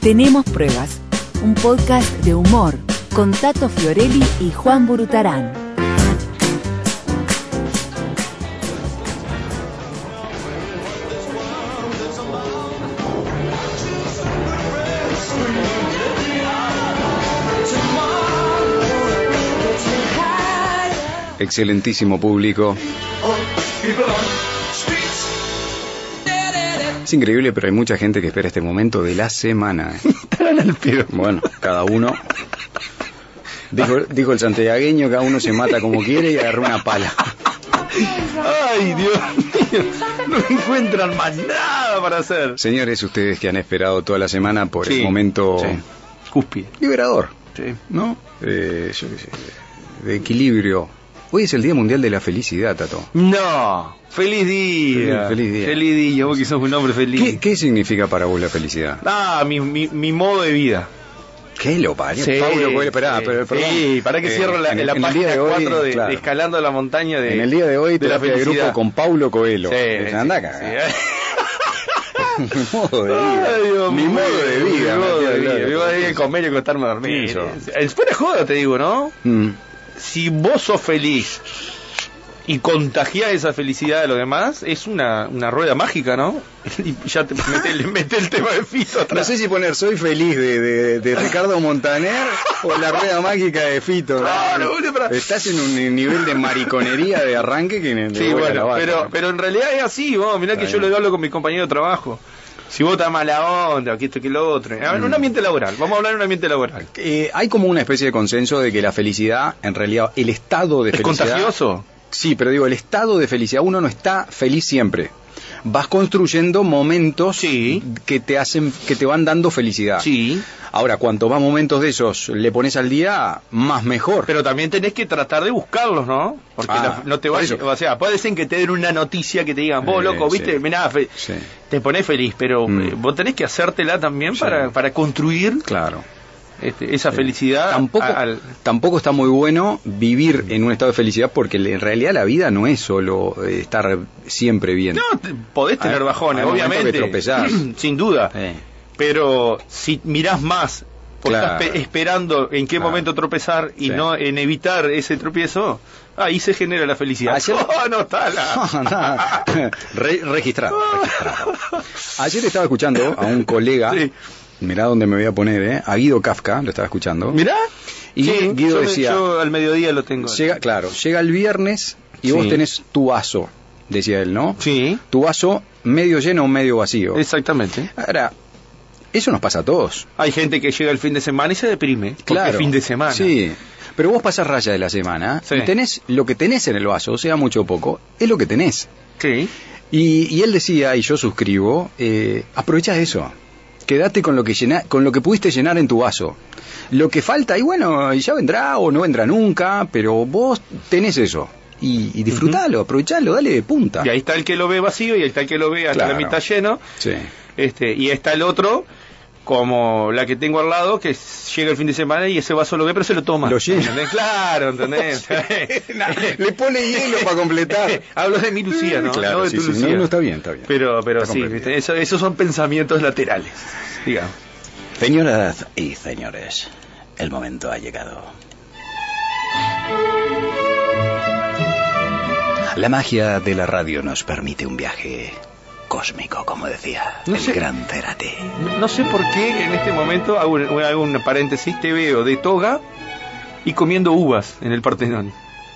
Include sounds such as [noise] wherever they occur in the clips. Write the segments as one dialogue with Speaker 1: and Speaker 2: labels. Speaker 1: Tenemos pruebas. Un podcast de humor con Tato Fiorelli y Juan Burutarán.
Speaker 2: Excelentísimo público. Es increíble, pero hay mucha gente que espera este momento de la
Speaker 3: [laughs]
Speaker 2: semana. Bueno, cada uno. Dijo, dijo el santiagueño, cada uno se mata como quiere y agarra una pala.
Speaker 3: Ay, Dios mío. No encuentran más nada para hacer.
Speaker 2: Señores, ustedes que han esperado toda la semana por
Speaker 3: Sí,
Speaker 2: el momento
Speaker 3: sí. Cúspide.
Speaker 2: liberador,
Speaker 3: Sí.
Speaker 2: ¿no? Eh, yo qué sé, de equilibrio. Hoy es el Día Mundial de la Felicidad, Tato.
Speaker 3: No. Feliz
Speaker 2: Feliz-
Speaker 3: día.
Speaker 2: feliz día.
Speaker 3: Feliz día. Vos que sos un hombre feliz.
Speaker 2: ¿Qué, qué significa para vos la felicidad?
Speaker 3: Ah, mi, mi, mi modo de vida.
Speaker 2: ¿Qué lo parió? Paulo Coelho, esperá,
Speaker 3: sí,
Speaker 2: pero, perdón.
Speaker 3: sí, para que
Speaker 2: Eh,
Speaker 3: cierro la,
Speaker 2: en el-
Speaker 3: la
Speaker 2: en el día
Speaker 3: página
Speaker 2: de hoy,
Speaker 3: 4 de,
Speaker 2: claro.
Speaker 3: de Escalando la Montaña de
Speaker 2: en el día de hoy
Speaker 3: de
Speaker 2: te
Speaker 3: la felicidad.
Speaker 2: grupo con Paulo Coelho.
Speaker 3: Sí,
Speaker 2: Eh,
Speaker 3: sí,
Speaker 2: andá
Speaker 3: sí,
Speaker 2: acá. [laughs] Mi modo de vida.
Speaker 3: [laughs] Ay, Dios
Speaker 2: mi
Speaker 3: mío,
Speaker 2: modo de
Speaker 3: mi
Speaker 2: vida.
Speaker 3: modo de vida.
Speaker 2: Claro.
Speaker 3: Yo voy a ir a comer y acostarme a dormir.
Speaker 2: Sí, yo.
Speaker 3: Eh, Fuera de joda te digo, ¿no?
Speaker 2: Mm.
Speaker 3: si vos sos feliz y contagiás esa felicidad a los demás, es una, una rueda mágica, ¿no? [laughs] Y ya te mete, le mete el tema de Fito
Speaker 2: No
Speaker 3: atrás.
Speaker 2: sé si poner Soy feliz de, de- de Ricardo Montaner o la rueda mágica de Fito.
Speaker 3: Claro, boludo, pero-
Speaker 2: Estás en un nivel de mariconería de arranque que ni-
Speaker 3: Sí,
Speaker 2: de vuelta a la
Speaker 3: bueno,
Speaker 2: vaca.
Speaker 3: pero, pero en realidad es así, vos, mirá
Speaker 2: Está
Speaker 3: que yo
Speaker 2: bien.
Speaker 3: lo hablo con mi compañero de trabajo. Si vos estás mala onda, que esto, que lo otro. A
Speaker 2: Mm.
Speaker 3: ver, un ambiente laboral, vamos a hablar de un ambiente laboral.
Speaker 2: Eh, hay como una especie de consenso de que la felicidad, en realidad, el estado de
Speaker 3: ¿Es
Speaker 2: felicidad.
Speaker 3: contagioso?
Speaker 2: Sí, pero digo, el estado de felicidad, uno no está feliz siempre. Vas construyendo momentos
Speaker 3: Sí.
Speaker 2: que te hacen, que te van dando felicidad.
Speaker 3: Sí.
Speaker 2: Ahora, cuanto más momentos de esos le pones al día, más mejor.
Speaker 3: Pero también tenés que tratar de buscarlos, ¿no? Porque
Speaker 2: Ah,
Speaker 3: la- no te
Speaker 2: por
Speaker 3: vas,
Speaker 2: eso.
Speaker 3: o sea, puede ser que te den una noticia que te digan, vos
Speaker 2: Eh,
Speaker 3: loco,
Speaker 2: sí.
Speaker 3: viste, mirá, fe-
Speaker 2: Sí.
Speaker 3: te pones feliz, pero
Speaker 2: Mm.
Speaker 3: eh, vos tenés que hacértela también
Speaker 2: Sí.
Speaker 3: para, para construir
Speaker 2: claro. Eh,
Speaker 3: este, esa felicidad.
Speaker 2: Tampoco,
Speaker 3: a- al-
Speaker 2: tampoco está muy bueno vivir en un estado de felicidad porque le- en realidad la vida no es solo eh, estar siempre bien.
Speaker 3: No, te- podés
Speaker 2: Hay-
Speaker 3: tener bajones,
Speaker 2: hay momentos
Speaker 3: obviamente.
Speaker 2: Ah, que tropezás.
Speaker 3: [clears throat] sin duda. [laughs]
Speaker 2: Eh, [laughs]
Speaker 3: Pero si mirás más, porque
Speaker 2: Claro.
Speaker 3: estás pe- esperando en qué
Speaker 2: Claro.
Speaker 3: momento tropezar y
Speaker 2: Sí.
Speaker 3: no en evitar ese tropiezo, ahí se genera la felicidad.
Speaker 2: Ayer-
Speaker 3: [laughs] ¡Oh, no está
Speaker 2: [laughs]
Speaker 3: la-
Speaker 2: Re- registrado, registrado. Ayer estaba escuchando a un colega,
Speaker 3: Sí.
Speaker 2: mirá dónde me voy a poner, eh, a Guido Kafka, lo estaba escuchando.
Speaker 3: Mirá.
Speaker 2: Y Guido
Speaker 3: yo, me-
Speaker 2: decía-
Speaker 3: yo al mediodía lo tengo.
Speaker 2: Llega, claro, llega el viernes y
Speaker 3: Sí.
Speaker 2: vos tenés tu vaso, decía él, ¿no?
Speaker 3: Sí,
Speaker 2: Tu vaso medio lleno o medio vacío.
Speaker 3: exactamente.
Speaker 2: Ahora, eso nos pasa a todos.
Speaker 3: Hay gente que llega el fin de semana y se deprime. Claro.
Speaker 2: Claro.
Speaker 3: Porque es fin de semana.
Speaker 2: Sí. Pero vos pasás raya de la semana
Speaker 3: Sí.
Speaker 2: y tenés lo que tenés en el vaso, sea mucho o poco, es lo que tenés.
Speaker 3: Sí.
Speaker 2: Y, y él decía, y yo suscribo, eh, aprovecha eso. Quédate con lo que llena, con lo que pudiste llenar en tu vaso. Lo que falta, y bueno, y ya vendrá o no vendrá nunca, pero vos tenés eso. Y, y disfrutalo, aprovechalo, dale de punta.
Speaker 3: Y ahí está el que lo ve vacío y ahí está el que lo ve hasta
Speaker 2: Claro.
Speaker 3: la mitad lleno. [laughs]
Speaker 2: [laughs] Sí.
Speaker 3: Este, y está el otro, como la que tengo al lado, que llega el fin de semana y ese vaso lo ve, pero se lo toma.
Speaker 2: Lo llena.
Speaker 3: ¿Entendés? Claro,
Speaker 2: [laughs]
Speaker 3: ¿entendés? [laughs]
Speaker 2: Le pone hielo para completar.
Speaker 3: Hablo de mi Lucía, ¿no?
Speaker 2: Claro,
Speaker 3: no de
Speaker 2: sí,
Speaker 3: tu
Speaker 2: sí,
Speaker 3: Lucía.
Speaker 2: no, no, está bien, está bien.
Speaker 3: Pero, pero
Speaker 2: Está
Speaker 3: sí,
Speaker 2: comprendido.
Speaker 3: ¿viste? Eso- esos son pensamientos laterales, digamos.
Speaker 4: Señoras y señores, el momento ha llegado. La magia de la radio nos permite un viaje cósmico, como decía
Speaker 3: No
Speaker 4: el
Speaker 3: sé.
Speaker 4: gran Cerati.
Speaker 3: No sé por qué en este momento hago un, hago un paréntesis, te veo de toga y comiendo uvas en el Partenón.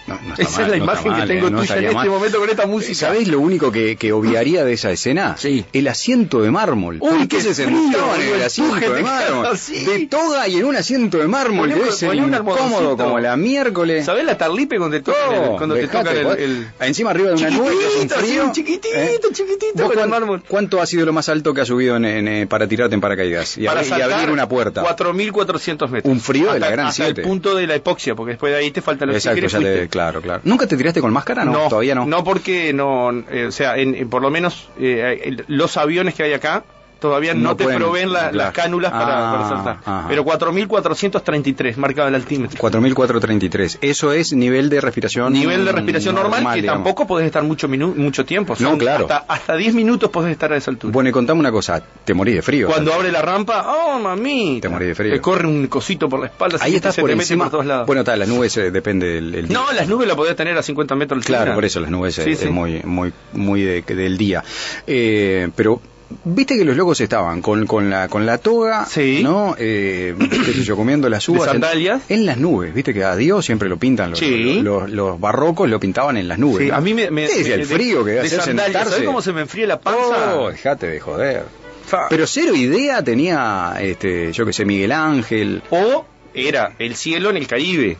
Speaker 2: No, no está
Speaker 3: Esa
Speaker 2: mal,
Speaker 3: es la
Speaker 2: no está
Speaker 3: imagen
Speaker 2: mal,
Speaker 3: que
Speaker 2: eh,
Speaker 3: tengo
Speaker 2: no
Speaker 3: tuya en
Speaker 2: estaría
Speaker 3: este
Speaker 2: mal.
Speaker 3: momento con esta música.
Speaker 2: ¿Sabéis lo único que, que obviaría de esa escena?
Speaker 4: Sí.
Speaker 2: El asiento de mármol.
Speaker 3: Uy,
Speaker 2: ¿Por
Speaker 3: qué
Speaker 2: se
Speaker 3: frío,
Speaker 2: sentaban en
Speaker 3: boludo,
Speaker 2: el
Speaker 3: el
Speaker 2: asiento
Speaker 3: tuje
Speaker 2: de
Speaker 3: te
Speaker 2: mármol?
Speaker 3: [laughs] queda así.
Speaker 2: De toga y en un asiento de mármol.
Speaker 3: Poné-
Speaker 2: Debe ser
Speaker 3: poné un
Speaker 2: incómodo
Speaker 3: almohadoncito.
Speaker 2: como la miércoles.
Speaker 3: ¿Sabés la tarlipe cuando te tocan el-
Speaker 2: Oh,
Speaker 3: cuando te
Speaker 2: dejate,
Speaker 3: tocan el,
Speaker 2: vos-
Speaker 3: el-
Speaker 2: Encima arriba de una nube. que hace un
Speaker 3: Chiquitito, así,
Speaker 2: frío, ¿eh?
Speaker 3: un chiquitito, chiquitito
Speaker 2: ¿Vos
Speaker 3: con el
Speaker 2: cuán-
Speaker 3: mármol?
Speaker 2: ¿Cuánto ha sido lo más alto que has subido en- en, eh, para tirarte en paracaídas? Y,
Speaker 3: para
Speaker 2: abrir- y
Speaker 3: saltar
Speaker 2: abrir una puerta.
Speaker 3: 4.400 metros.
Speaker 2: Un frío de la
Speaker 3: Hasta-
Speaker 2: gran
Speaker 3: hasta
Speaker 2: siete.
Speaker 3: el punto de la hipoxia, porque después de ahí te falta lo
Speaker 2: Exacto,
Speaker 3: que
Speaker 2: ya te, claro, claro. ¿Nunca te tiraste con máscara? Ah, No, todavía no.
Speaker 3: porque no, eh, o sea, en, en- por lo menos eh, el- los aviones que hay acá todavía no,
Speaker 2: No
Speaker 3: te
Speaker 2: pueden
Speaker 3: proveen la-
Speaker 2: inflar.
Speaker 3: las cánulas para,
Speaker 2: Ah,
Speaker 3: para saltar.
Speaker 2: ajá.
Speaker 3: Pero 4.433 marcado el altímetro.
Speaker 2: 4.433. Eso es nivel de respiración.
Speaker 3: Nivel de respiración normal, que
Speaker 2: Mm, digamos.
Speaker 3: tampoco podés estar mucho minu- mucho tiempo.
Speaker 2: No, claro.
Speaker 3: Hasta, hasta 10 minutos podés estar a esa altura.
Speaker 2: Bueno, y contame una cosa. Te morí de frío.
Speaker 3: Cuando abre la rampa, ¡oh, mami!
Speaker 2: Te morí de frío.
Speaker 3: Te corre un cosito por la espalda. así
Speaker 2: Ahí
Speaker 3: que
Speaker 2: estás
Speaker 3: se
Speaker 2: por
Speaker 3: te mete
Speaker 2: encima.
Speaker 3: este por todos lados.
Speaker 2: Bueno, está, las nubes eh, depende del, del día.
Speaker 3: no, las nubes la podés tener a 50 metros de altura.
Speaker 2: Claro, por eso las nubes
Speaker 3: Sí,
Speaker 2: es,
Speaker 3: sí.
Speaker 2: es muy, muy, muy de- del día. Eh, pero viste que los locos estaban con, con la con la toga,
Speaker 3: Sí.
Speaker 2: ¿no? Eh, qué sé yo, comiendo las
Speaker 3: De
Speaker 2: uvas. en-
Speaker 3: sandalias.
Speaker 2: En, las nubes, viste que a Dios siempre lo pintan los,
Speaker 3: Sí.
Speaker 2: los, los barrocos lo pintaban en las nubes.
Speaker 3: Sí, a mí me. me
Speaker 2: ¿Qué es
Speaker 3: me-
Speaker 2: el frío que
Speaker 3: de
Speaker 2: hace
Speaker 3: sandalias,
Speaker 2: sentarse?
Speaker 3: ¿Sabés cómo se me enfría la panza?
Speaker 2: Oh, dejate de joder.
Speaker 3: Fa.
Speaker 2: Pero cero idea tenía, este, yo que sé, Miguel Ángel.
Speaker 3: O era el cielo en el Caribe.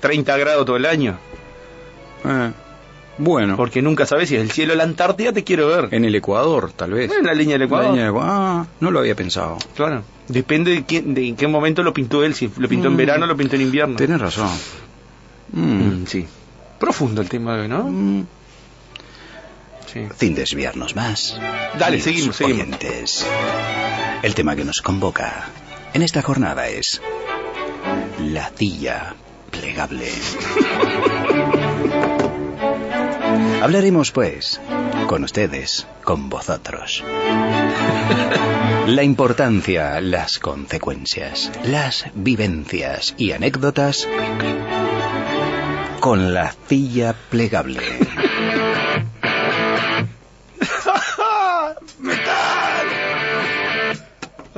Speaker 3: 30 grados todo el año.
Speaker 2: Eh, bueno,
Speaker 3: Porque nunca sabes si es el cielo de la Antártida, te quiero ver.
Speaker 2: en el Ecuador, tal vez.
Speaker 3: En la línea del Ecuador.
Speaker 2: Eh, La línea del Ecuador. Ah, no lo había pensado.
Speaker 3: Claro. Depende de, quién- de en qué momento lo pintó él. Si lo pintó en
Speaker 2: Mm.
Speaker 3: verano lo pintó en invierno.
Speaker 2: Tenés razón. Mm.
Speaker 3: Mm, sí. Profundo el tema de hoy, ¿no?
Speaker 2: Mm.
Speaker 3: Sí.
Speaker 4: Sin desviarnos más.
Speaker 3: Dale,
Speaker 4: Amigos
Speaker 3: seguimos, seguimos.
Speaker 4: oyentes, el tema que nos convoca en esta jornada es la tilla
Speaker 2: [laughs]
Speaker 4: plegable. Hablaremos, pues, con ustedes, con vosotros. La importancia, las consecuencias, las vivencias y anécdotas con la tilla plegable.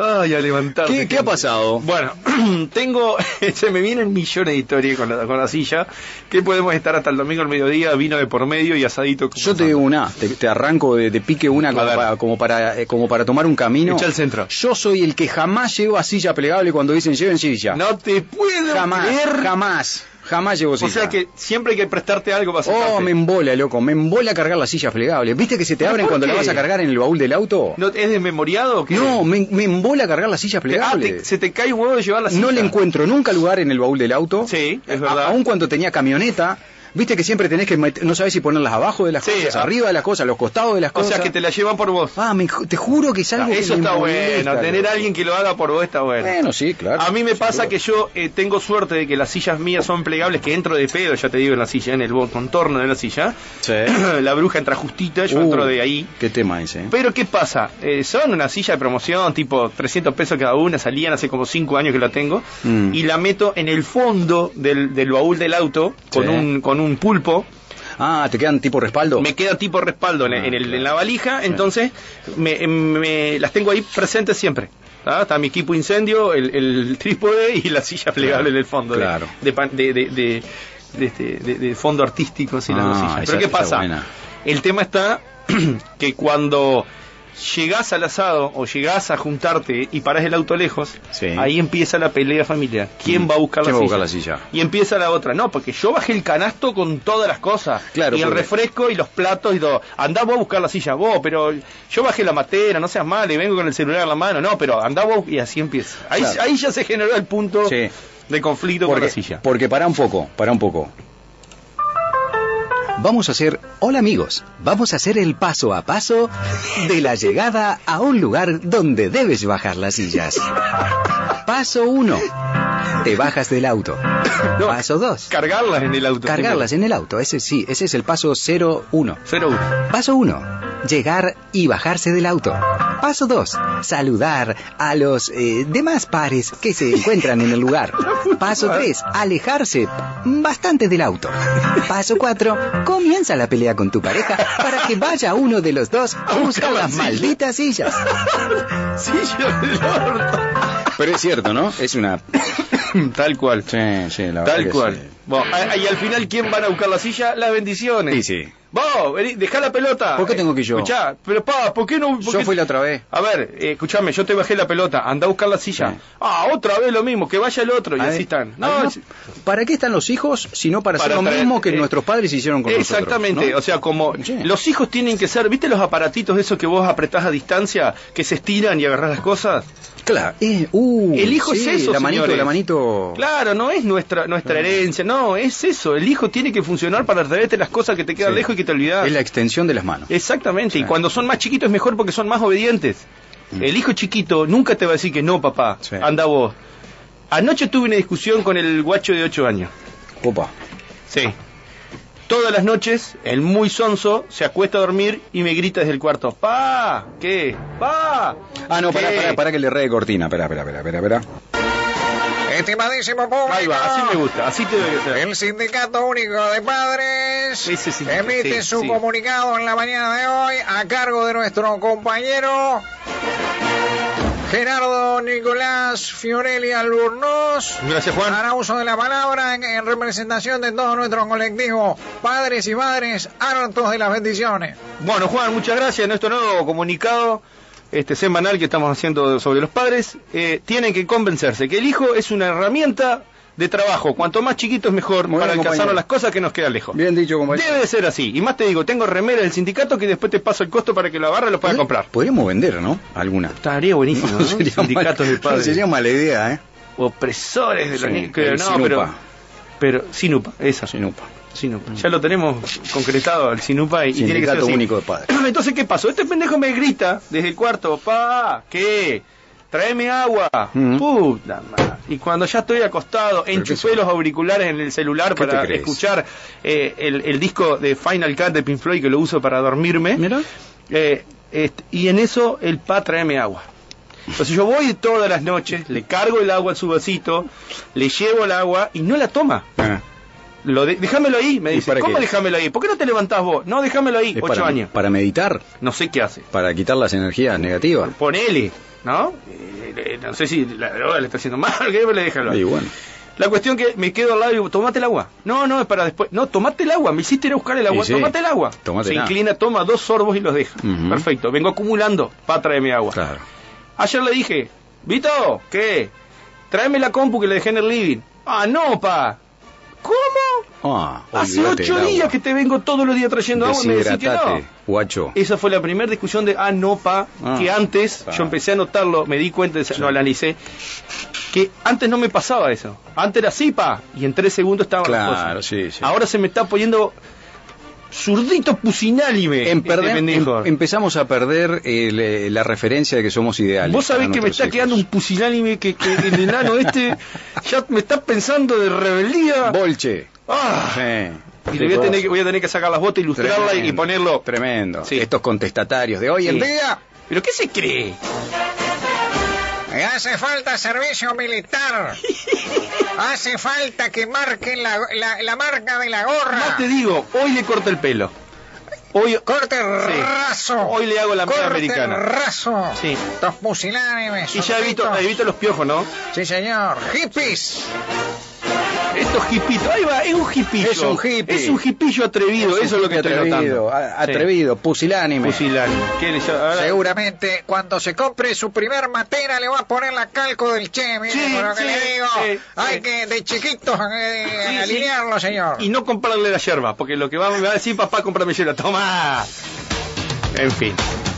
Speaker 3: Ay, a levantarte.
Speaker 2: ¿Qué- qué ha pasado?
Speaker 3: Bueno, [clears throat] tengo. [laughs] se me vienen millones de historias con la, con la silla. Que podemos estar hasta el domingo al mediodía, vino de por medio y asadito. con
Speaker 2: Yo te digo una, te, te arranco de, de pique una como
Speaker 3: ver.
Speaker 2: para, como, para, eh, como para tomar un camino.
Speaker 3: Echa al centro.
Speaker 2: Yo soy el que jamás lleva silla plegable cuando dicen lleven silla.
Speaker 3: No te puedo
Speaker 2: jamás,
Speaker 3: creer.
Speaker 2: jamás, jamás llevo
Speaker 3: O
Speaker 2: silla.
Speaker 3: sea que siempre hay que prestarte algo para sentarte.
Speaker 2: Oh, me embola, loco, me embola cargar las sillas plegables. ¿Viste que se te
Speaker 3: ¿Pero
Speaker 2: abren
Speaker 3: por
Speaker 2: cuando la
Speaker 3: qué?
Speaker 2: vas a cargar en el baúl del auto?
Speaker 3: ¿No, ¿Es desmemoriado o qué? Ah,
Speaker 2: No, me, me embola cargar las sillas
Speaker 3: Te- ah, te-
Speaker 2: plegables.
Speaker 3: se te cae un huevo de llevar la silla.
Speaker 2: No le encuentro nunca lugar en el baúl del auto.
Speaker 3: Sí, es verdad.
Speaker 2: A- aun cuando tenía camioneta. Viste que siempre tenés que met- no sabés si ponerlas abajo de las
Speaker 3: Sí,
Speaker 2: cosas,
Speaker 3: ah.
Speaker 2: arriba de las cosas, los costados de las
Speaker 3: O
Speaker 2: cosas.
Speaker 3: sea que te la llevan por vos. Ah,
Speaker 2: Ah, me ju- te juro que es algo que
Speaker 3: Eso
Speaker 2: me
Speaker 3: está
Speaker 2: molesta,
Speaker 3: bueno, tener
Speaker 2: loco.
Speaker 3: a alguien que lo haga por vos está bueno.
Speaker 2: Bueno, sí, claro.
Speaker 3: A mí me
Speaker 2: sin
Speaker 3: pasa
Speaker 2: duda.
Speaker 3: que yo eh, tengo suerte de que las sillas mías son plegables, que entro de pedo, ya te digo, en la silla, en el bo- contorno de la silla. [clears throat] la bruja entra justita, yo
Speaker 2: Uh,
Speaker 3: entro de ahí.
Speaker 2: ¿Qué tema ese? eh?
Speaker 3: Pero ¿qué pasa? Eh, son una silla de promoción, tipo 300 pesos cada una, salían hace como 5 años que la tengo,
Speaker 2: Mm.
Speaker 3: y la meto en el fondo del, del baúl del auto, con,
Speaker 2: Sí.
Speaker 3: un, con un pulpo,
Speaker 2: Ah, ¿te quedan tipo respaldo?
Speaker 3: me queda tipo respaldo en, el-
Speaker 2: Ah,
Speaker 3: en el- en la
Speaker 2: claro.
Speaker 3: valija, entonces me, em, me- las tengo ahí presentes siempre. ¿tá? Está mi equipo incendio, el, el trípode y la silla plegable en el fondo. de-
Speaker 2: claro.
Speaker 3: De, pan- de, de, de- de este- de- de fondo artístico, así las
Speaker 2: Ah,
Speaker 3: dos sillas.
Speaker 2: esa
Speaker 3: Pero ¿qué
Speaker 2: está
Speaker 3: pasa?
Speaker 2: buena.
Speaker 3: El tema está [clears throat] que cuando llegás al asado o llegás a juntarte y parás el auto lejos,
Speaker 2: Sí.
Speaker 3: ahí empieza la pelea familiar. ¿Quién
Speaker 2: Mm.
Speaker 3: va a buscar,
Speaker 2: ¿Quién
Speaker 3: la,
Speaker 2: va a
Speaker 3: silla?
Speaker 2: buscar la silla?
Speaker 3: Y empieza la otra. No, porque yo bajé el canasto con todas las cosas.
Speaker 2: Claro,
Speaker 3: y el
Speaker 2: porque-
Speaker 3: refresco fresco y los platos y todo. Andá vos a buscar la silla vos, pero yo bajé la matera, no seas mal, y vengo con el celular en la mano. No, pero andá vos y así empieza. Ahí,
Speaker 2: Claro.
Speaker 3: ahí ya se generó el punto
Speaker 2: Sí.
Speaker 3: de conflicto con la silla.
Speaker 2: Porque para un poco, para un poco.
Speaker 4: Vamos a hacer, hola amigos, vamos a hacer el paso a paso de la llegada a un lugar donde debes bajar las sillas. Paso 1, te bajas del auto.
Speaker 3: No,
Speaker 4: Paso 2,
Speaker 3: Cargarlas en el auto.
Speaker 4: cargarlas en el auto, ese sí, ese es el paso 01.
Speaker 3: Cero uno.
Speaker 4: Paso 1, llegar y bajarse del auto. Paso 2, saludar a los eh, demás pares que se encuentran en el lugar. Paso 3, alejarse bastante del auto. Paso 4, comienza la pelea con tu pareja para que vaya uno de los dos a buscar las malditas sillas.
Speaker 3: Silla del orto. [laughs]
Speaker 2: Pero es cierto, ¿no? Es una...
Speaker 3: Tal cual.
Speaker 2: Sí, sí, la verdad
Speaker 3: Tal
Speaker 2: que
Speaker 3: cual.
Speaker 2: sí.
Speaker 3: Bueno, a- y al final, ¿quién van a buscar la silla? Las bendiciones.
Speaker 2: Sí, sí.
Speaker 3: Vos, vení, dejá la pelota.
Speaker 2: ¿Por qué tengo que yo?
Speaker 3: Escuchá, pero pa, ¿por qué no? por
Speaker 2: Yo
Speaker 3: qué-
Speaker 2: fui la otra vez.
Speaker 3: A ver, eh, escúchame, yo te bajé la pelota, anda a buscar la silla.
Speaker 2: Sí.
Speaker 3: Ah, otra vez lo mismo, que vaya el otro, y
Speaker 2: A ver,
Speaker 3: así están.
Speaker 2: a
Speaker 3: No,
Speaker 2: ver,
Speaker 3: es-
Speaker 2: ¿Para qué están los hijos si no ¿Eh? para,
Speaker 3: Para
Speaker 2: hacer lo
Speaker 3: traer-
Speaker 2: mismo que
Speaker 3: eh,
Speaker 2: nuestros padres hicieron con nosotros?
Speaker 3: exactamente,
Speaker 2: ¿no?
Speaker 3: o sea, como
Speaker 2: Sí.
Speaker 3: los hijos tienen que ser, ¿viste los aparatitos esos que vos apretás a distancia, que se estiran y agarrás las cosas?
Speaker 2: Claro. eh, uh,
Speaker 3: El hijo
Speaker 2: sí,
Speaker 3: es eso,
Speaker 2: La manito,
Speaker 3: señores.
Speaker 2: la manito...
Speaker 3: Claro, no es nuestra nuestra herencia, no, es eso, el hijo tiene que funcionar para traerte las cosas que te quedan
Speaker 2: Sí.
Speaker 3: lejos y que te olvidás. Eh,
Speaker 2: Es la extensión de las manos.
Speaker 3: Exactamente, y cuando son más chiquitos es mejor porque son más obedientes. El hijo chiquito nunca te va a decir que no, papá,
Speaker 2: Mm. Sí.
Speaker 3: anda vos. Anoche tuve una discusión con el guacho de 8 años.
Speaker 2: Opa.
Speaker 3: Sí. Todas las noches, el muy sonso se acuesta a dormir y me grita desde el cuarto, ¡Pa! ¿Qué? ¡Pa!
Speaker 2: Ah, no,
Speaker 3: ¿Qué?".
Speaker 2: pará, pará, pará que le re de cortina. Pará, pará, pará, pará, pará.
Speaker 5: Estimadísimo público,
Speaker 3: Ahí va, así me gusta, así te doy otra.
Speaker 5: el Sindicato Único de Padres
Speaker 3: Ese sindicato,
Speaker 5: emite
Speaker 3: sí,
Speaker 5: su
Speaker 3: sí.
Speaker 5: comunicado en la mañana de hoy a cargo de nuestro compañero Gerardo Nicolás Fiorelli Albornoz.
Speaker 3: Gracias, Juan.
Speaker 5: Hará uso de la palabra en, en representación de todo nuestro colectivo, padres y madres, hartos de las bendiciones.
Speaker 3: Bueno, Juan, muchas gracias. Nuestro nuevo comunicado este semanal que estamos haciendo sobre los padres, eh, tienen que convencerse que el hijo es una herramienta de trabajo. Cuanto más chiquito es mejor
Speaker 2: Muy bien,
Speaker 3: para alcanzar
Speaker 2: compañero.
Speaker 3: las cosas que nos quedan lejos.
Speaker 2: Bien dicho, compañero.
Speaker 3: Debe de ser así. Y más te digo, tengo remera del sindicato que después te paso el costo para que lo agarre y lo puedas comprar.
Speaker 2: Eh, Podríamos vender, ¿no? Alguna.
Speaker 3: Estaría
Speaker 2: [laughs]
Speaker 3: buenísimo. ¿no? Sindicatos
Speaker 2: mal-
Speaker 3: de padres.
Speaker 2: sería mala idea, ¿eh?
Speaker 3: Opresores de los
Speaker 2: Sí,
Speaker 3: niños. Creo,
Speaker 2: el
Speaker 3: no,
Speaker 2: Sinupa,
Speaker 3: pero, pero Sinupa, esa.
Speaker 2: Sinupa.
Speaker 3: Sinupa. Ya lo tenemos concretado al Sinupa y, y tiene que ser
Speaker 2: Sindicato
Speaker 3: así.
Speaker 2: único de padres.
Speaker 3: [clears throat] Entonces, ¿qué pasó? Este pendejo me grita desde el cuarto, pa, ¿qué? Traeme agua,
Speaker 2: Mm.
Speaker 3: puta madre. Y cuando ya estoy acostado, enchufé
Speaker 2: eso-
Speaker 3: los auriculares en el celular
Speaker 2: ¿Qué te
Speaker 3: para
Speaker 2: crees?
Speaker 3: escuchar eh, el, el disco de Final Cut de Pink Floyd que lo uso para dormirme.
Speaker 2: Mira.
Speaker 3: Eh, este, y en eso el pa traeme agua. Entonces yo voy todas las noches, le cargo el agua a su vasito, le llevo el agua y no la toma.
Speaker 2: Ah,
Speaker 3: Lo de- déjamelo ahí, me
Speaker 2: ¿Y
Speaker 3: dice.
Speaker 2: para
Speaker 3: ¿Cómo
Speaker 2: qué?
Speaker 3: déjamelo ahí? ¿Por qué no te levantás vos? No, déjamelo ahí,
Speaker 2: es
Speaker 3: ocho
Speaker 2: para,
Speaker 3: años.
Speaker 2: para meditar,
Speaker 3: No sé qué hace.
Speaker 2: para quitar las energías negativas.
Speaker 3: Ponele, ¿no? Eh, eh, no sé si la droga le está haciendo [laughs] mal, que le déjalo.
Speaker 2: Y bueno,
Speaker 3: La cuestión que me quedo al lado y digo, tomate el agua. No, no, es para después. No, tomate el agua. Me hiciste ir a buscar el agua.
Speaker 2: Y sí,
Speaker 3: Tomate el agua.
Speaker 2: tómatela.
Speaker 3: Se inclina, toma dos sorbos y los deja.
Speaker 2: Ujú.
Speaker 3: Perfecto. Vengo acumulando para traerme agua.
Speaker 2: claro.
Speaker 3: Ayer le dije, Vito, ¿qué? Tráeme la compu que le dejé en el living. Ah, no, pa. ¿Cómo?
Speaker 2: Ah,
Speaker 3: Hace
Speaker 2: olvídate
Speaker 3: ocho
Speaker 2: del agua.
Speaker 3: días que te vengo todos los días trayendo agua y me decís que no.
Speaker 2: Deshidratate, guacho.
Speaker 3: Esa fue la primera discusión de, ah, no, pa,
Speaker 2: Ah,
Speaker 3: que antes,
Speaker 2: pa.
Speaker 3: yo empecé a notarlo, me di cuenta, lo analicé, que antes no me pasaba eso. Antes era así, pa, y en tres segundos estaba la
Speaker 2: Claro,
Speaker 3: cosa.
Speaker 2: sí, sí.
Speaker 3: Ahora se me está poniendo zurdito pusinálime.
Speaker 2: En perder-
Speaker 3: este pendejo.
Speaker 2: em- empezamos a perder eh, le- la referencia de que somos ideales.
Speaker 3: Vos sabés
Speaker 2: para
Speaker 3: que me está
Speaker 2: nuestros
Speaker 3: quedando un
Speaker 2: hijos.
Speaker 3: pusilánime que, que el enano
Speaker 2: [laughs]
Speaker 3: este ya me está pensando de rebeldía.
Speaker 2: Bolche.
Speaker 3: Ah, [laughs]
Speaker 2: Sí.
Speaker 3: y le voy a, tener que, voy a tener que sacar las botas, ilustrarla
Speaker 2: Tremendo,
Speaker 3: y ponerlo.
Speaker 2: Tremendo.
Speaker 3: Sí.
Speaker 2: Estos contestatarios de hoy en
Speaker 3: Sí.
Speaker 2: día.
Speaker 3: ¿Pero qué se cree?
Speaker 5: Me eh, hace falta servicio
Speaker 3: [laughs]
Speaker 5: militar. Hace falta que marquen la, la- la marca de la gorra.
Speaker 3: Más te digo, hoy le corto el pelo. Hoy,
Speaker 5: Corte
Speaker 3: Sí.
Speaker 5: raso.
Speaker 3: Hoy le hago la media
Speaker 5: Corte
Speaker 3: americana.
Speaker 5: raso.
Speaker 3: Sí.
Speaker 5: Dos pusilánimes.
Speaker 3: y ya evito,
Speaker 5: sorditos.
Speaker 3: evito los piojos, ¿no?
Speaker 5: Sí, señor. Hippies.
Speaker 3: Estos hipitos, ahí va, es un hipillo.
Speaker 2: Es un hippie.
Speaker 3: Es un hipillo atrevido, eso es lo que estoy
Speaker 2: atrevido,
Speaker 3: notando.
Speaker 2: a- atrevido,
Speaker 3: Sí.
Speaker 2: pusilánime.
Speaker 3: Pusilánime. ¿Qué le llama? Ahora-
Speaker 5: Seguramente cuando se compre su primer matera le va a poner la calco del che, mire,
Speaker 3: Sí,
Speaker 5: por lo que
Speaker 3: sí,
Speaker 5: le digo.
Speaker 3: sí,
Speaker 5: Hay
Speaker 3: sí.
Speaker 5: que de chiquitos eh,
Speaker 3: Sí, sí.
Speaker 5: alinearlo, señor.
Speaker 3: Y no comprarle la yerba, porque lo que va, me va a decir papá, comprame yerba. Toma. En fin.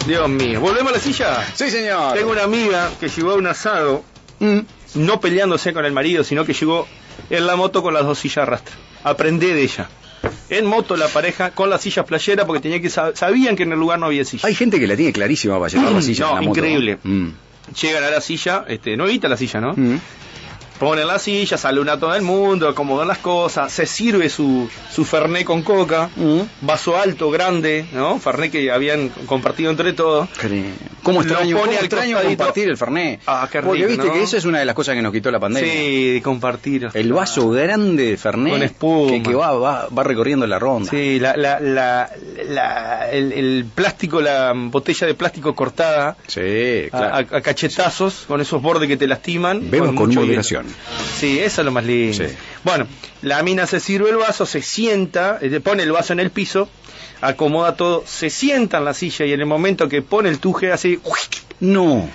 Speaker 3: Dios mío. ¿Volvemos a la silla?
Speaker 2: Sí, señor.
Speaker 3: Tengo una amiga que llegó a un asado,
Speaker 2: Mm.
Speaker 3: no peleándose con el marido, sino que llegó en la moto con las dos sillas arrastra. Aprendí de ella. En moto la pareja con las sillas playeras porque tenía que sab- sabían que en el lugar no había silla.
Speaker 2: Hay gente que la tiene clarísima para llevar la silla
Speaker 3: No,
Speaker 2: en la moto.
Speaker 3: increíble.
Speaker 2: Mm.
Speaker 3: Llegan a la silla, este, no evita la silla, ¿no?
Speaker 2: Mm.
Speaker 3: Ponen la silla, saludan a todo el mundo, acomodan las cosas, se sirve su, su fernet con coca,
Speaker 2: Mm.
Speaker 3: vaso alto, grande, ¿no? Fernet que habían compartido entre todos.
Speaker 2: Cre- ¿Cómo
Speaker 3: Mm. Lo
Speaker 2: extraño,
Speaker 3: pone
Speaker 2: cómo
Speaker 3: al
Speaker 2: extraño
Speaker 3: costadito.
Speaker 2: compartir el Fernet?
Speaker 3: Ah, qué
Speaker 2: Porque
Speaker 3: rico,
Speaker 2: viste
Speaker 3: ¿no?
Speaker 2: que esa es una de las cosas que nos quitó la pandemia.
Speaker 3: Sí, compartir.
Speaker 2: El vaso grande de Fernet
Speaker 3: Con espuma.
Speaker 2: que, que va, va, va recorriendo la ronda.
Speaker 3: Sí, la, la, la, la- el, el plástico, la botella de plástico cortada
Speaker 2: Sí,
Speaker 3: a-
Speaker 2: claro.
Speaker 3: a, a cachetazos con esos bordes que te lastiman.
Speaker 2: Beba con
Speaker 3: ah, mucho
Speaker 2: moderación.
Speaker 3: hielo. Sí, eso es lo más lindo.
Speaker 2: Sí.
Speaker 3: Bueno, la mina se sirve el vaso, se sienta, eh, pone el vaso en el piso, acomoda todo, se sienta en la silla y en el momento que pone el tuje así,
Speaker 2: No.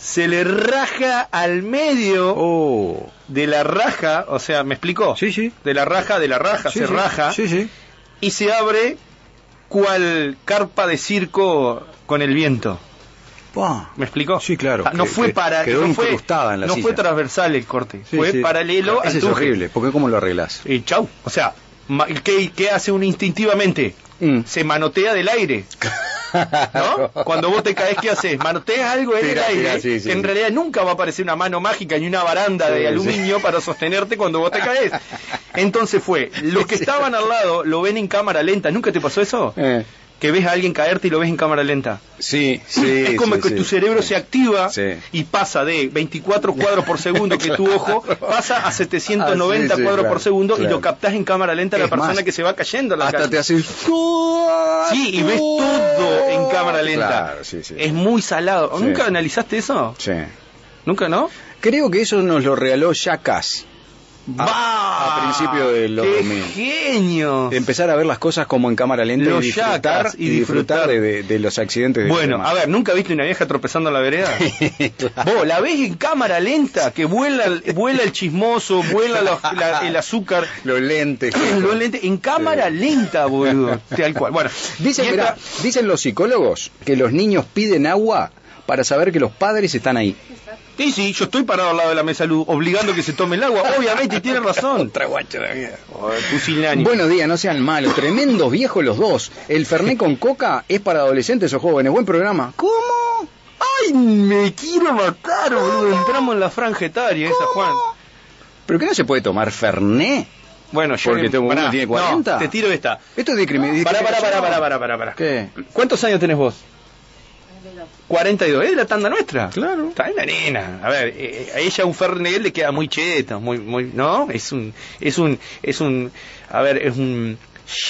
Speaker 3: se le raja al medio.
Speaker 2: Oh.
Speaker 3: de la raja, o sea, ¿me explicó?
Speaker 2: Sí, sí.
Speaker 3: De la raja, de la raja,
Speaker 2: Sí,
Speaker 3: se
Speaker 2: sí.
Speaker 3: raja
Speaker 2: Sí, sí.
Speaker 3: y se abre cual carpa de circo con el viento.
Speaker 2: Pa.
Speaker 3: ¿Me explicó?
Speaker 2: Sí, claro.
Speaker 3: Ah, no
Speaker 2: Que-
Speaker 3: fue
Speaker 2: que-
Speaker 3: para
Speaker 2: quedó
Speaker 3: no fue,
Speaker 2: incrustada en la
Speaker 3: no
Speaker 2: silla.
Speaker 3: fue transversal el corte,
Speaker 2: Sí,
Speaker 3: fue
Speaker 2: sí.
Speaker 3: paralelo
Speaker 2: Ese
Speaker 3: al
Speaker 2: es
Speaker 3: tuje.
Speaker 2: horrible, porque ¿cómo lo arreglas?
Speaker 3: Y chau,
Speaker 2: [laughs]
Speaker 3: o sea, ma- ¿qué, qué hace uno instintivamente?
Speaker 2: Mm.
Speaker 3: Se manotea del aire. ¿no? Cuando vos te caes, ¿qué haces? Manoteas algo en
Speaker 6: Tira,
Speaker 3: el aire.
Speaker 6: tira, sí, sí.
Speaker 3: que En realidad nunca va a aparecer una mano mágica ni una baranda
Speaker 6: Sí,
Speaker 3: de aluminio para sostenerte cuando vos te caes. Entonces fue, los que estaban al lado lo ven en cámara lenta. ¿Nunca te pasó eso?
Speaker 2: Eh,
Speaker 3: Que ves a alguien caerte y lo ves en cámara lenta.
Speaker 2: sí,
Speaker 6: Sí,
Speaker 3: [laughs] es como
Speaker 6: sí,
Speaker 3: que
Speaker 6: sí.
Speaker 3: tu cerebro se activa
Speaker 2: Sí.
Speaker 3: y pasa de
Speaker 6: [laughs]
Speaker 3: 24 cuadros por segundo que tu ojo pasa a 790
Speaker 6: Ah, sí, sí,
Speaker 3: cuadros
Speaker 6: claro,
Speaker 3: por segundo y
Speaker 6: claro.
Speaker 3: lo captás en cámara lenta a la
Speaker 2: Es
Speaker 3: persona
Speaker 2: más,
Speaker 3: que se va cayendo a la
Speaker 2: Hasta
Speaker 3: calle.
Speaker 2: te hace...
Speaker 3: Sí, y ves todo en cámara lenta.
Speaker 6: ¡Oh! Claro, sí, sí.
Speaker 3: Es muy salado.
Speaker 6: Sí.
Speaker 3: ¿Nunca analizaste eso?
Speaker 2: Sí.
Speaker 3: ¿Nunca, no?
Speaker 2: Creo que eso nos lo regaló Jackass. A-
Speaker 3: ¡Bah!
Speaker 2: a principio de los
Speaker 3: ¡Qué
Speaker 2: 2000.
Speaker 3: genio!
Speaker 6: Este
Speaker 2: Empezar a ver las cosas como en cámara lenta
Speaker 3: Los
Speaker 2: y disfrutar,
Speaker 3: Jackass y
Speaker 2: y disfrutar de,
Speaker 3: disfrutar.
Speaker 2: de- de los accidentes de los
Speaker 3: Bueno,
Speaker 2: demás.
Speaker 3: a ver, ¿nunca viste una vieja tropezando en la vereda?
Speaker 6: [laughs]
Speaker 2: [laughs]
Speaker 3: Vos la ves en cámara lenta, que vuela, el- vuela el chismoso, vuela la- la- el azúcar,
Speaker 2: Los [clears throat] lentes.
Speaker 3: Lo lente- en cámara lenta,
Speaker 2: [laughs]
Speaker 3: boludo. Tal cual. Bueno,
Speaker 2: Dicen,
Speaker 3: y
Speaker 2: mirá,
Speaker 3: esta-
Speaker 2: dicen los psicólogos que los niños piden agua para saber que los padres están ahí.
Speaker 3: Sí, sí, yo estoy parado al lado de la mesa de luz, obligando que se tome el agua. Obviamente, tiene
Speaker 2: [laughs]
Speaker 3: razón. Oh, pusilánime.
Speaker 2: Buenos días, no sean malos. Tremendos viejos los dos. El Fernet con coca es para adolescentes o jóvenes. Buen programa.
Speaker 3: ¿Cómo? ¡Ay, me quiero matar, boludo! Entramos en la franja etaria esa, Juan.
Speaker 2: ¿Pero que no se puede tomar Fernet?
Speaker 3: Bueno, yo...
Speaker 2: Porque tengo-
Speaker 3: pará,
Speaker 2: uno tiene 40.
Speaker 3: no, te tiro esta.
Speaker 2: Esto es discriminación.
Speaker 3: Pará, pará, pará, pará, pará, pará, pará.
Speaker 2: ¿Qué?
Speaker 3: ¿Cuántos años tenés vos? 42. ¿Es de la tanda nuestra?
Speaker 2: Claro.
Speaker 3: Está en la nena. A ver, eh, a ella un Fernet le queda muy cheto, muy, muy, ¿no? Es un, es un, es un, a ver, es un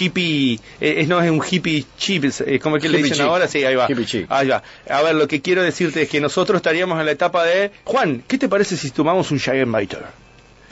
Speaker 3: hippie, eh, es, no, es un hippie chip, es, eh, ¿cómo es que le
Speaker 2: Hippie
Speaker 3: dicen
Speaker 2: chic.
Speaker 3: ahora? Sí, ahí va.
Speaker 2: Hippie chic.
Speaker 3: Ahí va. A ver, lo que quiero decirte es que nosotros estaríamos en la etapa de, Juan, ¿qué te parece si tomamos un Jagenbiter?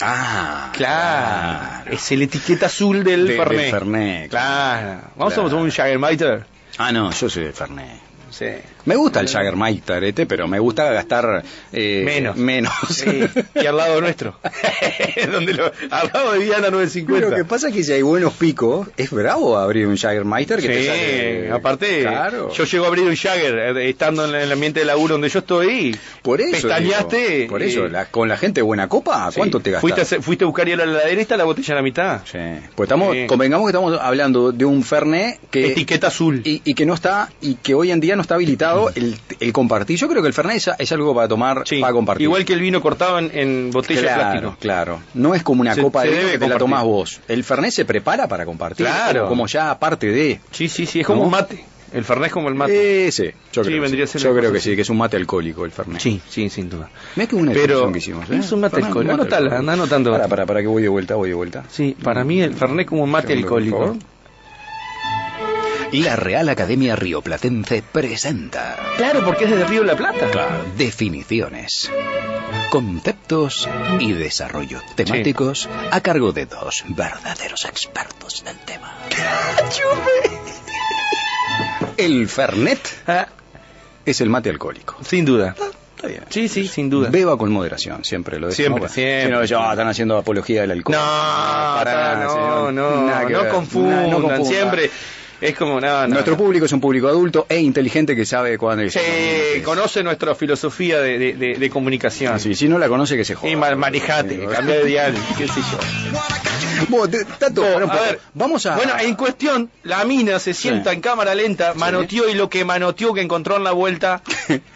Speaker 2: Ah,
Speaker 3: Claro. Es la etiqueta azul del
Speaker 2: Del- del
Speaker 3: Fernet.
Speaker 2: Fernet,
Speaker 3: Claro. Vamos
Speaker 2: Claro.
Speaker 3: a tomar un Jagenbiter.
Speaker 2: Ah, no, yo soy de Fernet.
Speaker 3: Sí.
Speaker 2: Me gusta el Jagermeister, este, pero me gusta gastar eh,
Speaker 3: Menos.
Speaker 2: menos.
Speaker 3: Sí,
Speaker 2: [laughs]
Speaker 3: y al lado nuestro. [laughs] Donde lo- al lado de Diana
Speaker 2: Lo
Speaker 3: 950.
Speaker 2: que pasa es que si hay buenos picos, es bravo abrir un Jagermeister que te
Speaker 3: Sí,
Speaker 2: sale.
Speaker 3: aparte,
Speaker 2: Claro.
Speaker 3: yo llego a abrir un Jagger eh, estando en el ambiente de laburo donde yo estoy.
Speaker 2: por eso.
Speaker 3: pestañaste,
Speaker 2: digo, por eso,
Speaker 3: eh,
Speaker 2: la- con la gente de buena copa, ¿cuánto
Speaker 3: Sí.
Speaker 2: te gastas?
Speaker 3: Fuiste a, hacer- fuiste a buscar y a la heladera y está la botella a la mitad.
Speaker 2: Sí. Pues estamos,
Speaker 3: Sí.
Speaker 2: convengamos que estamos hablando de un Fernet que.
Speaker 3: Etiqueta azul.
Speaker 2: Eh, Y, y que no está, y que hoy en día no está habilitado el, el compartir. Yo creo que el Fernet es, es algo para tomar,
Speaker 3: Sí,
Speaker 2: para compartir.
Speaker 3: Igual que el vino cortado en, en botella de
Speaker 2: Claro,
Speaker 3: plástico.
Speaker 2: claro. No es como una
Speaker 3: Se-
Speaker 2: copa
Speaker 3: se
Speaker 2: de vino
Speaker 3: debe
Speaker 2: que te la
Speaker 3: compartir.
Speaker 2: tomás vos. El Fernet se prepara para compartir.
Speaker 3: Claro.
Speaker 2: Como, como ya aparte de.
Speaker 3: Sí, sí, sí, es como
Speaker 2: ¿No? Eh.
Speaker 3: un mate. El Fernet es como el mate.
Speaker 2: Ese. Yo
Speaker 3: Sí,
Speaker 2: creo, que,
Speaker 3: vendría a
Speaker 2: sí.
Speaker 3: ser
Speaker 2: Yo
Speaker 3: una
Speaker 2: creo
Speaker 3: cosa
Speaker 2: que
Speaker 3: así.
Speaker 2: sí, que es un mate alcohólico el Fernet.
Speaker 3: Sí, sí, sin duda.
Speaker 2: Mirá que buena
Speaker 3: Pero
Speaker 2: discusión que hicimos. ¿eh?
Speaker 3: es un mate
Speaker 2: Fernet,
Speaker 3: alcohólico. Anotala,
Speaker 2: alcohólico.
Speaker 3: anda anotando.
Speaker 2: Para, para, para que voy de vuelta, voy de vuelta.
Speaker 3: Sí, para mí el Fernet es como un mate
Speaker 2: Segundo, por
Speaker 3: alcohólico.
Speaker 2: favor.
Speaker 4: La Real Academia Rioplatense presenta
Speaker 3: Claro, porque es de Río de la Plata.
Speaker 4: definiciones, conceptos y desarrollos temáticos a cargo de dos verdaderos expertos del tema.
Speaker 2: El Fernet
Speaker 3: Ah,
Speaker 2: es el mate alcohólico.
Speaker 3: sin duda.
Speaker 2: Está bien.
Speaker 3: Sí, sí, sin duda.
Speaker 2: Beba con moderación, siempre lo decimos.
Speaker 3: Siempre, siempre.
Speaker 2: Si no, ya están haciendo apología del alcohol.
Speaker 3: No,
Speaker 2: para
Speaker 3: pará,
Speaker 2: nada,
Speaker 3: no,
Speaker 2: señor. Nada
Speaker 3: no,
Speaker 2: que
Speaker 3: no
Speaker 2: ver.
Speaker 3: confundan,
Speaker 2: No, no confundan.
Speaker 3: siempre es como nada.
Speaker 2: Nuestro público es un público adulto e inteligente que sabe cuándo es.
Speaker 3: se conoce nuestra filosofía de, de- de- de comunicación.
Speaker 2: Ah, sí, si no la conoce que se joda.
Speaker 3: Y ma- manejate, cambia de dial, qué sé yo.
Speaker 2: Vos, te- Tato,
Speaker 3: Vos,
Speaker 2: pará un
Speaker 3: a
Speaker 2: poco.
Speaker 3: ver,
Speaker 2: vamos a...
Speaker 3: Bueno, en cuestión, la mina se sienta en cámara lenta, manoteó y lo que manoteó que encontró en
Speaker 2: [laughs]
Speaker 3: la vuelta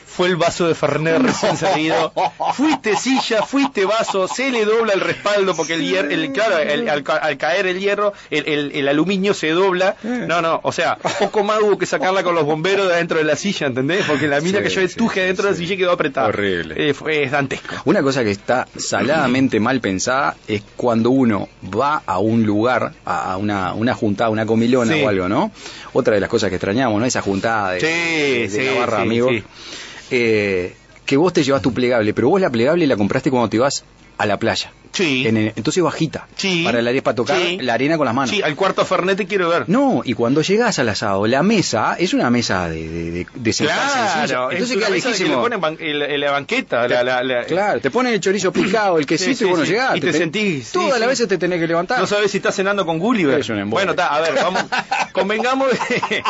Speaker 3: fue el vaso de Ferner recién salido. Fuiste silla, fuiste vaso, se le dobla el respaldo porque el hierro, el, claro, el- al, ca- al caer el hierro, el, el- el aluminio se dobla. No, no, o sea, poco más hubo que sacarla con los bomberos de adentro de la silla, ¿entendés? Porque la mina
Speaker 2: Sí,
Speaker 3: que yo
Speaker 2: sí,
Speaker 3: estuje
Speaker 2: sí,
Speaker 3: dentro de la
Speaker 2: sí.
Speaker 3: silla y quedó apretada.
Speaker 2: Horrible.
Speaker 3: Eh, fue, es dantesco.
Speaker 2: Una cosa que está saladamente mal pensada es cuando uno va a un lugar, a a una, una juntada, una comilona
Speaker 3: Sí.
Speaker 2: o algo, ¿no? Otra de las cosas que extrañamos, ¿no? Esa juntada de,
Speaker 3: Sí,
Speaker 2: de- de
Speaker 3: sí,
Speaker 2: la barra,
Speaker 3: sí,
Speaker 2: amigos.
Speaker 3: sí.
Speaker 2: Eh, que vos te llevas tu plegable, pero vos la plegable la compraste cuando te vas a la playa.
Speaker 3: Sí.
Speaker 2: En el- entonces bajita.
Speaker 3: Sí.
Speaker 2: Para, la, para tocar
Speaker 3: Sí.
Speaker 2: la arena con las manos.
Speaker 3: Sí, al cuarto Fernet te quiero ver.
Speaker 2: No, y cuando llegas al asado, la mesa es una mesa de, de, de, de sentarse sencilla.
Speaker 3: Claro,
Speaker 2: Entonces
Speaker 3: es una
Speaker 2: queda
Speaker 3: mesa de que le
Speaker 2: lejísimo.
Speaker 3: ponen ban- el- el- la banqueta, la, la- la-
Speaker 2: Claro, te ponen el chorizo picado, el quesito
Speaker 3: Sí, sí,
Speaker 2: y bueno,
Speaker 3: sí.
Speaker 2: llegás.
Speaker 3: Y te
Speaker 2: ten-
Speaker 3: sentís, sí,
Speaker 2: Todas
Speaker 3: sí.
Speaker 2: las veces te tenés que levantar.
Speaker 3: No sabes si estás cenando con
Speaker 2: [laughs]
Speaker 3: Gulliver.
Speaker 2: Es un embole.
Speaker 3: bueno, está, a ver, vamos. convengamos de,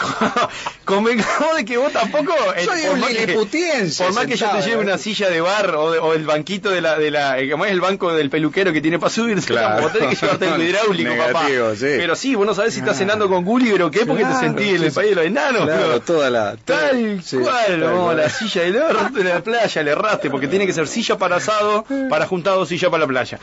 Speaker 3: [laughs] Convengamos de que vos tampoco. eh,
Speaker 2: Soy
Speaker 3: por
Speaker 2: un
Speaker 3: más que-
Speaker 2: liliputiense,
Speaker 3: Por más que yo
Speaker 2: sentado, eh.
Speaker 3: te lleve
Speaker 2: ¿verdad?
Speaker 3: una silla de bar o, de- o el banquito de la. De la eh, ¿cómo es el banco del peluquero que tiene para subirse?
Speaker 2: Claro.
Speaker 3: Vos tenés que llevarte
Speaker 2: [laughs]
Speaker 3: el hidráulico,
Speaker 2: Negativo,
Speaker 3: papá.
Speaker 2: sí.
Speaker 3: Pero sí, vos no sabés si estás cenando con Gulliver o qué, porque
Speaker 2: Claro,
Speaker 3: te sentís en
Speaker 2: sí,
Speaker 3: el
Speaker 2: sí.
Speaker 3: país de los enanos.
Speaker 2: Claro,
Speaker 3: pero-
Speaker 2: toda la.
Speaker 3: Tal
Speaker 2: sí,
Speaker 3: cual,
Speaker 2: tal
Speaker 3: no,
Speaker 2: cual.
Speaker 3: la silla del orto de la playa, le erraste, porque tiene que ser silla para asado, para juntado, silla para la playa.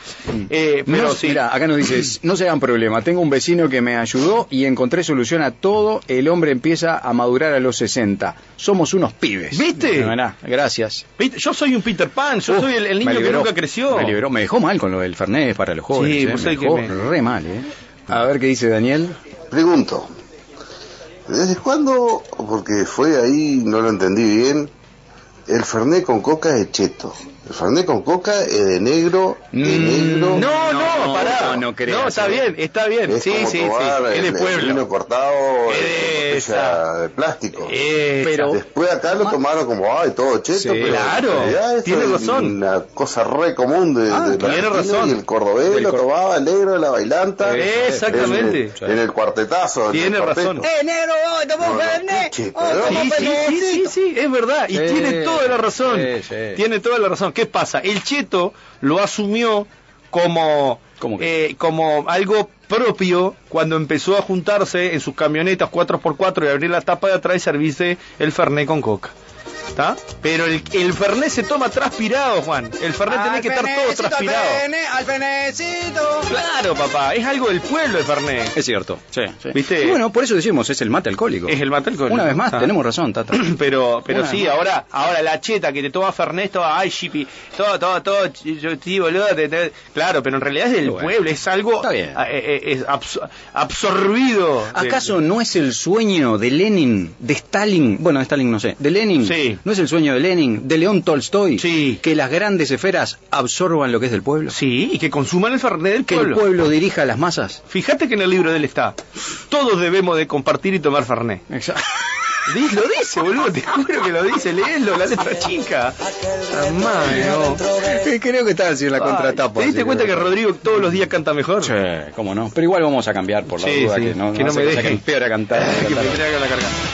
Speaker 3: Eh, pero
Speaker 2: Mm. No,
Speaker 3: sí,
Speaker 2: Mira, acá nos dices, no se hagan problema, tengo un vecino que me ayudó y encontré solución a todo, el hombre empieza a madurar a los 60, somos unos pibes.
Speaker 3: ¿Viste?
Speaker 2: Bueno, gracias.
Speaker 3: Viste, yo soy un Peter Pan, yo
Speaker 2: Uh,
Speaker 3: soy el,
Speaker 2: me
Speaker 3: el niño que
Speaker 2: liberó,
Speaker 3: nunca creció.
Speaker 2: Me liberó, me dejó mal con lo del Fernández para los jóvenes,
Speaker 3: Sí,
Speaker 2: eh,
Speaker 3: pues
Speaker 2: me
Speaker 3: hay que
Speaker 2: dejó
Speaker 3: me-
Speaker 2: re mal, eh. A ver qué dice Daniel.
Speaker 6: Pregunto, ¿desde cuándo, porque fue ahí, no lo entendí bien, el Fernet con coca es cheto? El Fernet con coca es de negro, de negro.
Speaker 3: Mm, No, no, pará.
Speaker 2: no,
Speaker 3: No,
Speaker 2: no creas,
Speaker 3: está
Speaker 2: eh.
Speaker 3: bien, está bien.
Speaker 6: Es
Speaker 3: Sí,
Speaker 6: como
Speaker 3: sí,
Speaker 6: tomar
Speaker 3: sí. Es de
Speaker 6: el- el vino
Speaker 3: pueblo.
Speaker 6: cortado en
Speaker 3: Esa. Eh,
Speaker 6: botella de plástico.
Speaker 3: Esa.
Speaker 2: Pero-
Speaker 6: Después acá lo tomaron como, ay, todo cheto,
Speaker 2: Sí,
Speaker 6: pero
Speaker 3: claro,
Speaker 6: en realidad esto
Speaker 3: tiene
Speaker 6: es
Speaker 3: razón.
Speaker 6: una cosa re común de,
Speaker 3: Ah,
Speaker 6: del
Speaker 3: tiene
Speaker 6: argentino
Speaker 3: razón.
Speaker 6: Y el cordobés
Speaker 2: Del
Speaker 6: lo
Speaker 2: cor-
Speaker 6: tomaba el negro de la bailanta.
Speaker 3: Exactamente.
Speaker 6: En el, en el cuartetazo. en el
Speaker 3: Tiene
Speaker 6: cuarteto.
Speaker 3: razón.
Speaker 5: ¡Eh, negro! oh, tomó
Speaker 6: No, no,
Speaker 5: Fernet!
Speaker 6: chico,
Speaker 5: Oh,
Speaker 6: ¿no?
Speaker 5: tomó
Speaker 3: Sí, sí,
Speaker 5: Fernet.
Speaker 3: sí, sí, sí, es verdad. Y
Speaker 2: Sí,
Speaker 3: tiene toda la razón.
Speaker 2: sí, sí.
Speaker 3: Tiene toda la razón. ¿Qué pasa? El cheto lo asumió como,
Speaker 2: ¿Cómo que?
Speaker 3: eh, como algo propio cuando empezó a juntarse en sus camionetas 4x4 y abrir la tapa de atrás y servirse el Fernet con coca. ¿Está? Pero el, el Fernet se toma transpirado, Juan. Ah, El Fernet tiene que estar todo
Speaker 5: Alfenecito,
Speaker 3: transpirado.
Speaker 5: Alfene- Alfenecito.
Speaker 3: Claro, papá. Es algo del pueblo el Fernet.
Speaker 2: Es cierto. Sí, sí.
Speaker 3: ¿Viste?
Speaker 2: Y bueno, por eso decimos, es el mate alcohólico.
Speaker 3: Es el mate alcohólico.
Speaker 2: Una vez más,
Speaker 3: Ah.
Speaker 2: tenemos razón, Tata.
Speaker 3: [clears throat] pero pero
Speaker 2: Una
Speaker 3: sí,
Speaker 2: más.
Speaker 3: ahora ahora la cheta que te toma Fernet, toda, ay, chipi, todo, todo, todo, ch- yo, sí, boludo, te- te- claro, pero en realidad es del
Speaker 2: Bueno.
Speaker 3: pueblo, es algo
Speaker 2: Está bien.
Speaker 3: a- e- e- es absor- absorbido.
Speaker 2: ¿Acaso no es el sueño de Lenin, de Stalin, bueno, de Stalin no sé, de Lenin?
Speaker 3: Sí.
Speaker 2: ¿No es el sueño de Lenin, de León Tolstoy?
Speaker 3: Sí.
Speaker 2: Que las grandes esferas absorban lo que es del pueblo.
Speaker 3: Del- sí, y que consuman el Fernet del
Speaker 2: Que
Speaker 3: pueblo.
Speaker 2: el pueblo dirija a las masas.
Speaker 3: Fíjate que en el libro de él está, todos debemos de compartir y tomar Fernet.
Speaker 2: Exacto.
Speaker 3: Di- Lo dice, boludo, te juro que lo dice, léelo, la letra chica. Amai, no.
Speaker 2: [laughs] Creo que está así en la contratapa.
Speaker 3: ¿Te diste
Speaker 2: así
Speaker 3: cuenta que Rodrigo todos los días canta mejor?
Speaker 2: Sí, cómo no. Pero igual vamos a cambiar por la
Speaker 3: Sí,
Speaker 2: duda
Speaker 3: sí,
Speaker 2: que no,
Speaker 3: que no
Speaker 2: hace
Speaker 3: me
Speaker 2: cosa que
Speaker 3: dejen. [laughs]
Speaker 2: empeore a cantar.
Speaker 3: Que me traga la garganta.